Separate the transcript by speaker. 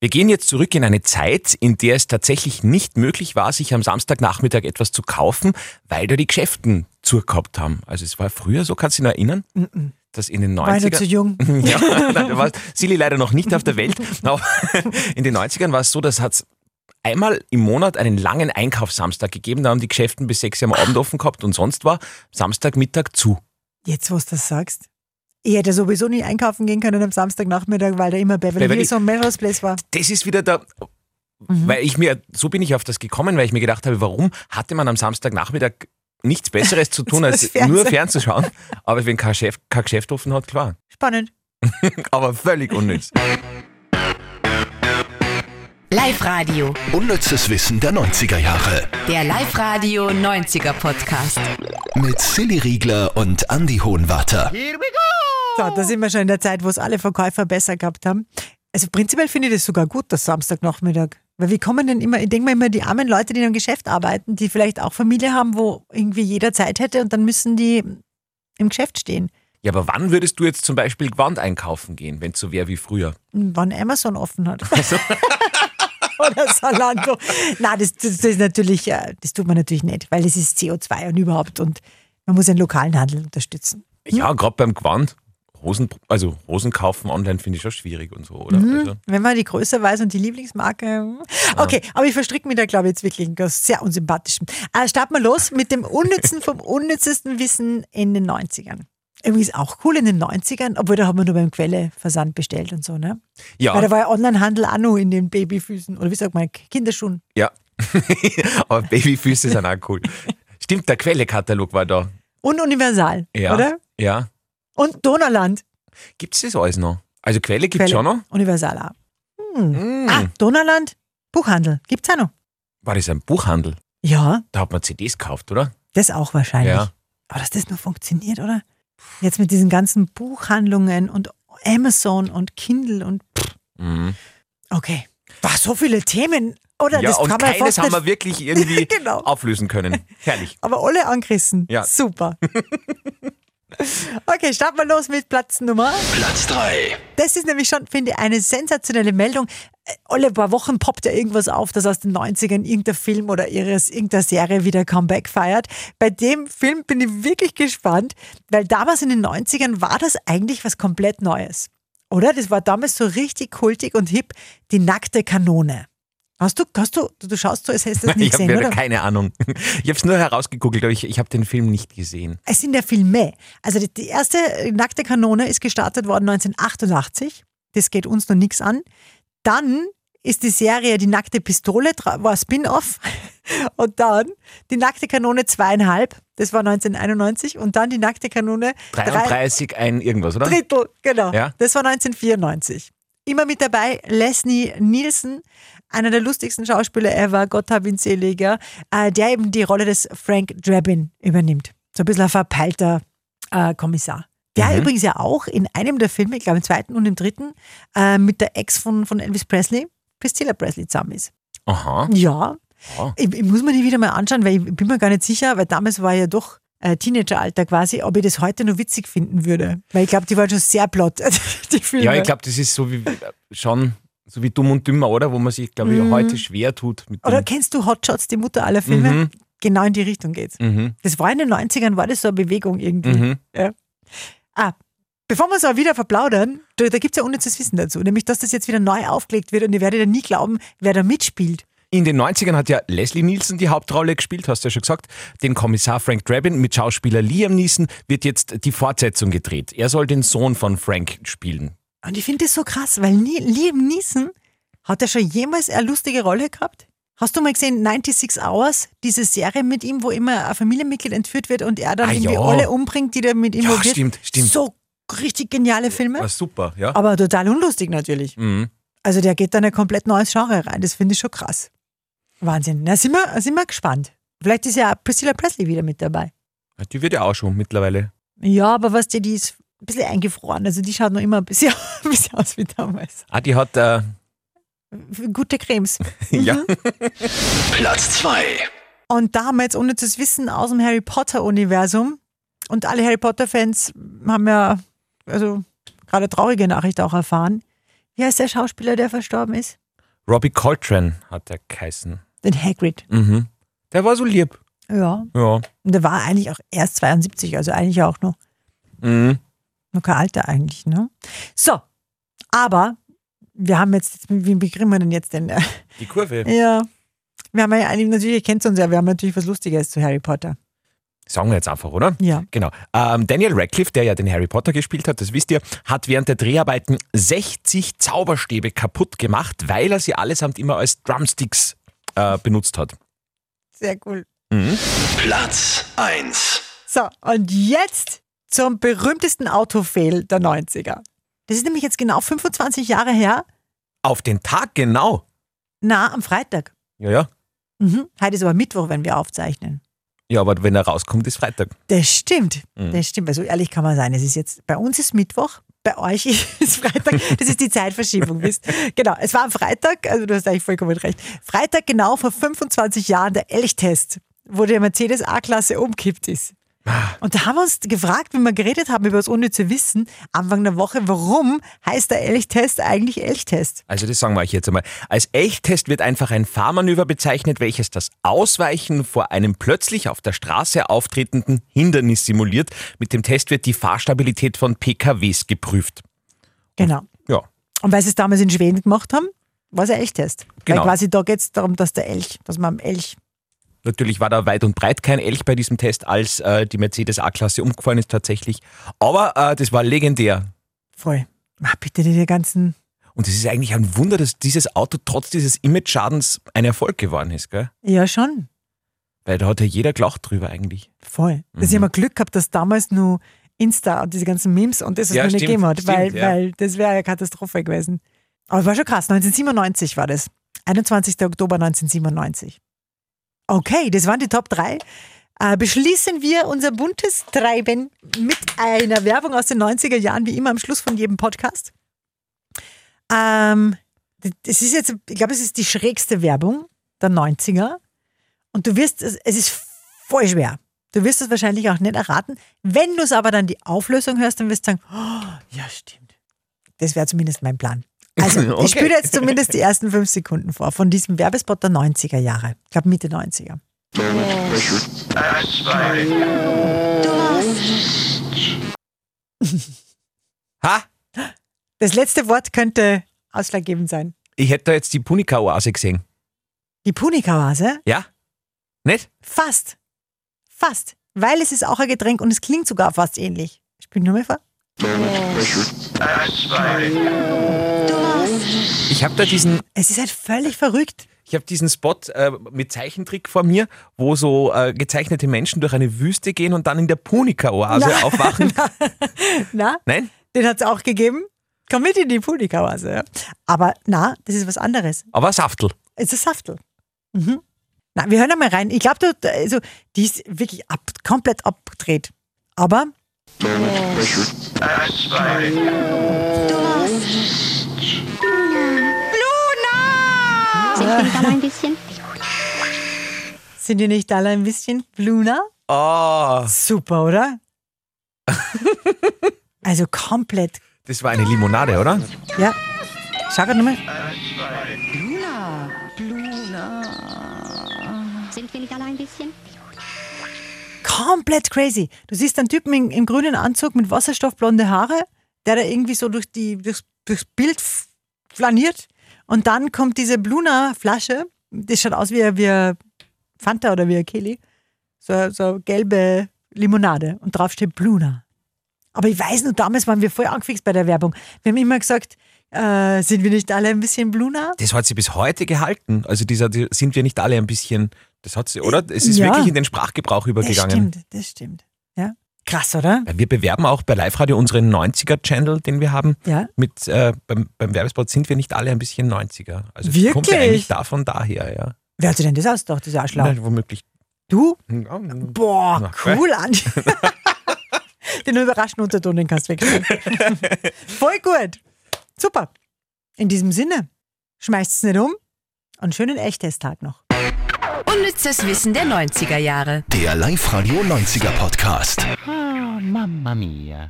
Speaker 1: Wir gehen jetzt zurück in eine Zeit, in der es tatsächlich nicht möglich war, sich am Samstagnachmittag etwas zu kaufen, weil da die Geschäften zugehabt haben. Also es war früher so, kannst du dich noch erinnern?
Speaker 2: Mhm.
Speaker 1: Dass in den 90ern.
Speaker 2: War ich noch zu jung.
Speaker 1: Ja, nein, da war Silly leider noch nicht auf der Welt. Aber in den 90ern war es so, dass hat's einmal im Monat einen langen Einkaufssamstag gegeben. Da haben die Geschäften bis 6 Uhr am Abend offen gehabt und sonst war Samstagmittag zu.
Speaker 2: Jetzt, was du das sagst. Ich hätte sowieso nie einkaufen gehen können am Samstagnachmittag, weil da immer Beverly
Speaker 1: Beverly-
Speaker 2: Hills und Melrose Place war.
Speaker 1: Das ist wieder der.
Speaker 2: Mhm.
Speaker 1: Weil ich mir, so bin ich auf das gekommen, weil ich mir gedacht habe, warum hatte man am Samstagnachmittag nichts Besseres zu tun,
Speaker 2: Als
Speaker 1: als
Speaker 2: Fernsehen.
Speaker 1: nur fernzuschauen? Aber wenn kein, Chef, kein Geschäft offen hat, klar.
Speaker 2: Spannend.
Speaker 1: Aber völlig unnütz.
Speaker 3: Live-Radio.
Speaker 4: Unnützes Wissen der 90er Jahre.
Speaker 3: Der Live-Radio 90er Podcast.
Speaker 4: Mit Silly Riegler und Andy Hohenwater.
Speaker 2: So, da sind wir schon in der Zeit, wo es alle Verkäufer besser gehabt haben. Also prinzipiell finde ich das sogar gut, das Samstagnachmittag. Weil wie kommen denn immer, ich denke mal immer, die armen Leute, die in einem Geschäft arbeiten, die vielleicht auch Familie haben, wo irgendwie jeder Zeit hätte und dann müssen die im Geschäft stehen.
Speaker 1: Ja, aber wann würdest du jetzt zum Beispiel Gewand einkaufen gehen, wenn es so wäre wie früher?
Speaker 2: wann Amazon offen hat. Oder Salando. Nein, das, das, das ist natürlich, äh, das tut man natürlich nicht, weil das ist CO2 und überhaupt und man muss den lokalen Handel unterstützen.
Speaker 1: Ja, gerade beim Gewand. Hosen, also Hosen kaufen online finde ich schon schwierig und so, oder? Also,
Speaker 2: Wenn man die Größe weiß und die Lieblingsmarke. hm. Okay, aber ich verstricke mich da, glaube ich, jetzt wirklich in etwas sehr unsympathischem. Äh, starten wir los mit dem Unnützen vom unnützesten Wissen in den 90ern. Übrigens auch cool in den 90ern, obwohl da haben wir nur beim Quelle Versand bestellt und so, ne? Weil da
Speaker 1: ja,
Speaker 2: war ja Onlinehandel auch noch in den Babyfüßen oder wie sagt man, Kinderschuhen.
Speaker 1: ja. aber Babyfüße sind auch cool. Stimmt, der Quellekatalog war da.
Speaker 2: Und Universal,
Speaker 1: Ja.
Speaker 2: oder?
Speaker 1: Ja.
Speaker 2: Und Donauland.
Speaker 1: Gibt es das alles noch? Also Quelle gibt es
Speaker 2: Quelle.
Speaker 1: schon noch?
Speaker 2: Universal auch. Hm.
Speaker 1: Mm.
Speaker 2: Ah, Donauland, Buchhandel. Gibt's auch noch?
Speaker 1: War das ein Buchhandel?
Speaker 2: Ja,
Speaker 1: Da hat man CDs gekauft, oder?
Speaker 2: das auch wahrscheinlich.
Speaker 1: Ja.
Speaker 2: Aber dass das nur funktioniert, oder? Jetzt mit diesen ganzen Buchhandlungen und Amazon und Kindle und
Speaker 1: Mhm.
Speaker 2: okay. War so viele Themen, oder?
Speaker 1: Ja,
Speaker 2: das
Speaker 1: und
Speaker 2: kann man ja
Speaker 1: keines
Speaker 2: fast
Speaker 1: haben
Speaker 2: nicht,
Speaker 1: wir wirklich irgendwie
Speaker 2: Genau.
Speaker 1: auflösen können. Herrlich.
Speaker 2: aber alle angerissen.
Speaker 1: Ja.
Speaker 2: Super. okay, starten wir los mit Platz Nummer.
Speaker 4: Platz 3.
Speaker 2: Das ist nämlich schon, finde ich, eine sensationelle Meldung. Äh, Alle paar Wochen poppt ja irgendwas auf, das aus den 90ern irgendein Film oder ihres, irgendeine Serie wieder Comeback feiert. Bei dem Film bin ich wirklich gespannt, weil damals in den 90ern war das eigentlich was komplett Neues. Oder? Das war damals so richtig kultig und hip, die nackte Kanone. Hast du, hast du, du, du schaust so, als hättest du das nie
Speaker 1: Ich
Speaker 2: gesehen,
Speaker 1: habe
Speaker 2: oder?
Speaker 1: keine Ahnung. Ich habe es nur herausgegoogelt, aber ich, ich habe den Film nicht gesehen.
Speaker 2: Es sind ja viel mehr. Also die, die erste nackte Kanone ist gestartet worden 1988. Das geht uns noch nichts an. Dann ist die Serie Die nackte Pistole, dra- war ein Spin-off. Und dann die nackte Kanone zweieinhalb, das war 1991. Und dann die nackte Kanone drei
Speaker 1: 33, ein irgendwas, oder?
Speaker 2: Drittel, genau.
Speaker 1: Ja.
Speaker 2: Das war 1994. Immer mit dabei Leslie Nielsen, einer der lustigsten Schauspieler ever, Gott hab ihn seliger, äh, der eben die Rolle des Frank Drabin übernimmt. So ein bisschen ein verpeilter äh, Kommissar. Der
Speaker 1: Mhm.
Speaker 2: übrigens ja auch in einem der Filme, ich glaube im zweiten und im dritten, äh, mit der Ex von, von Elvis Presley, Priscilla Presley, zusammen ist.
Speaker 1: Aha.
Speaker 2: Ja.
Speaker 1: Ja.
Speaker 2: Ich, ich muss mir die wieder mal anschauen, weil ich bin mir gar nicht sicher, weil damals war ich ja doch äh, Teenageralter quasi, ob ich das heute noch witzig finden würde. Weil ich glaube, die waren schon sehr plott, die Filme.
Speaker 1: Ja, ich glaube, das ist so wie äh, schon so wie dumm und dümmer, oder? Wo man sich, glaube ich, heute schwer tut mit
Speaker 2: Mhm. Oder
Speaker 1: dem.
Speaker 2: kennst du Hot Shots, die Mutter aller Filme?
Speaker 1: Mhm.
Speaker 2: Genau in die Richtung geht's.
Speaker 1: Mhm.
Speaker 2: Das war in den 90ern, war das so eine Bewegung irgendwie.
Speaker 1: Mhm.
Speaker 2: Ah, bevor wir es aber wieder verplaudern, da, da gibt's ja unnützes Wissen dazu, nämlich, dass das jetzt wieder neu aufgelegt wird und ihr werdet ja nie glauben, wer da mitspielt.
Speaker 1: In den 90ern hat ja Leslie Nielsen die Hauptrolle gespielt, hast du ja schon gesagt. Den Kommissar Frank Drabin mit Schauspieler Liam Neeson wird jetzt die Fortsetzung gedreht. Er soll den Sohn von Frank spielen.
Speaker 2: Und ich finde das so krass, weil Nie- Liam Neeson hat er schon jemals eine lustige Rolle gehabt? Hast du mal gesehen, 96 Hours, diese Serie mit ihm, wo immer ein Familienmitglied entführt wird und er dann
Speaker 1: Ah,
Speaker 2: irgendwie
Speaker 1: ja.
Speaker 2: alle umbringt, die da mit ihm
Speaker 1: Ja, stimmt, stimmt.
Speaker 2: So richtig geniale Filme,
Speaker 1: War super, ja.
Speaker 2: aber total unlustig natürlich.
Speaker 1: Mhm.
Speaker 2: Also der geht da in ein komplett neues Genre rein, das finde ich schon krass. Wahnsinn. Na, sind wir, sind wir gespannt. Vielleicht ist ja auch Priscilla Presley wieder mit dabei.
Speaker 1: Die wird ja auch schon mittlerweile.
Speaker 2: Ja, aber was dir, die ist ein bisschen eingefroren. Also die schaut noch immer ein bisschen, ein bisschen aus wie damals.
Speaker 1: Ah, die hat. Äh,
Speaker 2: Gute Cremes.
Speaker 1: ja.
Speaker 4: Platz 2.
Speaker 2: Und da haben wir jetzt unnützes Wissen aus dem Harry Potter-Universum. Und alle Harry Potter-Fans haben ja, also gerade traurige Nachricht auch erfahren. Wie heißt der Schauspieler, der verstorben ist?
Speaker 1: Robbie Coltrane hat er geheißen.
Speaker 2: Den Hagrid.
Speaker 1: Mhm. Der war so lieb.
Speaker 2: Ja.
Speaker 1: Ja.
Speaker 2: Und der war eigentlich auch erst 72, also eigentlich auch noch,
Speaker 1: Mhm.
Speaker 2: noch kein Alter eigentlich, ne? So, aber wir haben jetzt, wie begriffen wir denn jetzt denn?
Speaker 1: Die Kurve.
Speaker 2: Ja. Wir haben ja eigentlich, natürlich, ihr kennt uns ja, wir haben natürlich was Lustiges zu Harry Potter.
Speaker 1: Sagen wir jetzt einfach, oder?
Speaker 2: Ja.
Speaker 1: Genau. Ähm, Daniel Radcliffe, der ja den Harry Potter gespielt hat, das wisst ihr, hat während der Dreharbeiten 60 Zauberstäbe kaputt gemacht, weil er sie allesamt immer als Drumsticks äh, benutzt hat. Mhm.
Speaker 2: Sehr cool.
Speaker 4: Platz 1.
Speaker 2: So, und jetzt zum berühmtesten Autofail der 90er. Das ist nämlich jetzt genau 25 Jahre her.
Speaker 1: Auf den Tag genau.
Speaker 2: Na, am Freitag.
Speaker 1: Ja, ja.
Speaker 2: Mhm. Heute ist aber Mittwoch, wenn wir aufzeichnen.
Speaker 1: Ja, aber wenn er rauskommt, ist Freitag.
Speaker 2: Das stimmt.
Speaker 1: Mhm.
Speaker 2: Das stimmt. Also ehrlich kann man sein. Es ist jetzt, bei uns ist Mittwoch, bei euch ist Freitag. Das ist die Zeitverschiebung, wisst. Genau. Es war am Freitag, also du hast eigentlich vollkommen recht. Freitag genau vor 25 Jahren der Elchtest, wo der Mercedes A-Klasse umkippt ist.
Speaker 1: Ah.
Speaker 2: Und da haben wir uns gefragt, wenn wir geredet haben über das unnütze Wissen, Anfang der Woche, warum heißt der Elchtest eigentlich Elchtest?
Speaker 1: Also das sagen wir euch jetzt einmal. Als Elchtest wird einfach ein Fahrmanöver bezeichnet, welches das Ausweichen vor einem plötzlich auf der Straße auftretenden Hindernis simuliert. Mit dem Test wird die Fahrstabilität von PKWs geprüft.
Speaker 2: Genau.
Speaker 1: Ja.
Speaker 2: Und weil sie es damals in Schweden gemacht haben, war es ein Elchtest.
Speaker 1: Genau.
Speaker 2: Weil quasi da geht es darum, dass der Elch, dass man am Elch
Speaker 1: Natürlich war da weit und breit kein Elch bei diesem Test, als äh, die Mercedes A-Klasse umgefallen ist tatsächlich. Aber äh, das war legendär.
Speaker 2: Voll. Mach bitte die ganzen.
Speaker 1: Und es ist eigentlich ein Wunder, dass dieses Auto trotz dieses Image-Schadens ein Erfolg geworden ist, gell?
Speaker 2: Ja, schon.
Speaker 1: Weil da hat ja jeder gelacht drüber eigentlich.
Speaker 2: Voll. Dass ich
Speaker 1: Mhm.
Speaker 2: immer Glück gehabt, dass damals nur Insta und diese ganzen Memes und das, was
Speaker 1: Ja,
Speaker 2: man nicht
Speaker 1: stimmt,
Speaker 2: gegeben hat, weil,
Speaker 1: stimmt, ja.
Speaker 2: weil das wäre ja Katastrophe gewesen. Aber war schon krass. 1997 war das. 21. Oktober 1997. Okay, das waren die Top 3. Äh, beschließen wir unser buntes Treiben mit einer Werbung aus den 90er Jahren, wie immer am Schluss von jedem Podcast. Ähm, das ist jetzt, ich glaube, es ist die schrägste Werbung der 90er. Und du wirst, es es ist voll schwer. Du wirst es wahrscheinlich auch nicht erraten. Wenn du es aber dann die Auflösung hörst, dann wirst du sagen, oh, ja, stimmt. Das wäre zumindest mein Plan. Also,
Speaker 1: Okay.
Speaker 2: ich spiele jetzt zumindest die ersten fünf Sekunden vor von diesem Werbespot der 90er Jahre. Ich glaube, Mitte 90er.
Speaker 1: Ha!
Speaker 2: Das letzte Wort könnte ausschlaggebend sein.
Speaker 1: Ich hätte da jetzt die Punika-Oase gesehen.
Speaker 2: Die Punika-Vase?
Speaker 1: Ja? Nicht?
Speaker 2: Fast. Fast. Weil es ist auch ein Getränk und es klingt sogar fast ähnlich. Ich bin nur mal vor.
Speaker 1: Ich habe da diesen,
Speaker 2: Es ist halt völlig verrückt.
Speaker 1: ich habe diesen Spot äh, mit Zeichentrick vor mir, wo so äh, gezeichnete Menschen durch eine Wüste gehen und dann in der Punika-Oase aufwachen.
Speaker 2: Na?
Speaker 1: Nein?
Speaker 2: Den hat es auch gegeben. Komm mit in die Punika-Vase. Ja. Aber na, das ist was anderes.
Speaker 1: Aber Saftel.
Speaker 2: Es ist Saftel. Mhm. Na, wir hören da mal rein. Ich glaube, also, die ist wirklich ab, komplett abgedreht. Aber
Speaker 5: Sind wir nicht alle ein bisschen?
Speaker 2: sind die nicht alle ein bisschen Luna?
Speaker 1: Oh,
Speaker 2: Super, oder? also komplett.
Speaker 1: das war eine Limonade, oder?
Speaker 2: Ja. Schau grad nochmal.
Speaker 5: Sind wir nicht alle ein bisschen?
Speaker 2: Komplett crazy. Du siehst einen Typen in, im grünen Anzug mit wasserstoffblonde Haare, der da irgendwie so durch die, durchs, durchs Bild f- flaniert. Und dann kommt diese Bluna-Flasche. Das schaut aus wie, ein- wie ein Fanta oder wie ein Kelly. So, eine- so eine gelbe Limonade. Und drauf steht Bluna. Aber ich weiß nur, damals waren wir voll angefixt bei der Werbung. Wir haben immer gesagt, äh, sind wir nicht alle ein bisschen Bluna?
Speaker 1: Das hat sie bis heute gehalten. Also dieser, die- sind wir nicht alle ein bisschen, das hat sie, oder? Es ist
Speaker 2: Ja.
Speaker 1: wirklich in den Sprachgebrauch
Speaker 2: Das
Speaker 1: übergegangen.
Speaker 2: stimmt, das stimmt. Ja. Krass, oder?
Speaker 1: Ja, Wir bewerben auch bei Live Radio unseren 90er-Channel, den wir haben.
Speaker 2: Ja.
Speaker 1: Mit, äh, beim, beim Werbespot sind wir nicht alle ein bisschen 90er. Also das
Speaker 2: Wirklich?
Speaker 1: kommt ja eigentlich davon daher, ja.
Speaker 2: Wer hat sich denn das ausgedacht, dieser Arschloch?
Speaker 1: Nein, womöglich.
Speaker 2: Du?
Speaker 1: Ja, mhm.
Speaker 2: Boah,
Speaker 1: Na,
Speaker 2: cool, Andi. den überraschenden Unterton, den kannst du wegnehmen. Voll gut. Super. In diesem Sinne, schmeißt's nicht um und schönen Echtesttag noch.
Speaker 3: Unnützes Wissen der 90er Jahre.
Speaker 4: Der Live-Radio 90er Podcast.
Speaker 6: Ah, mamma mia.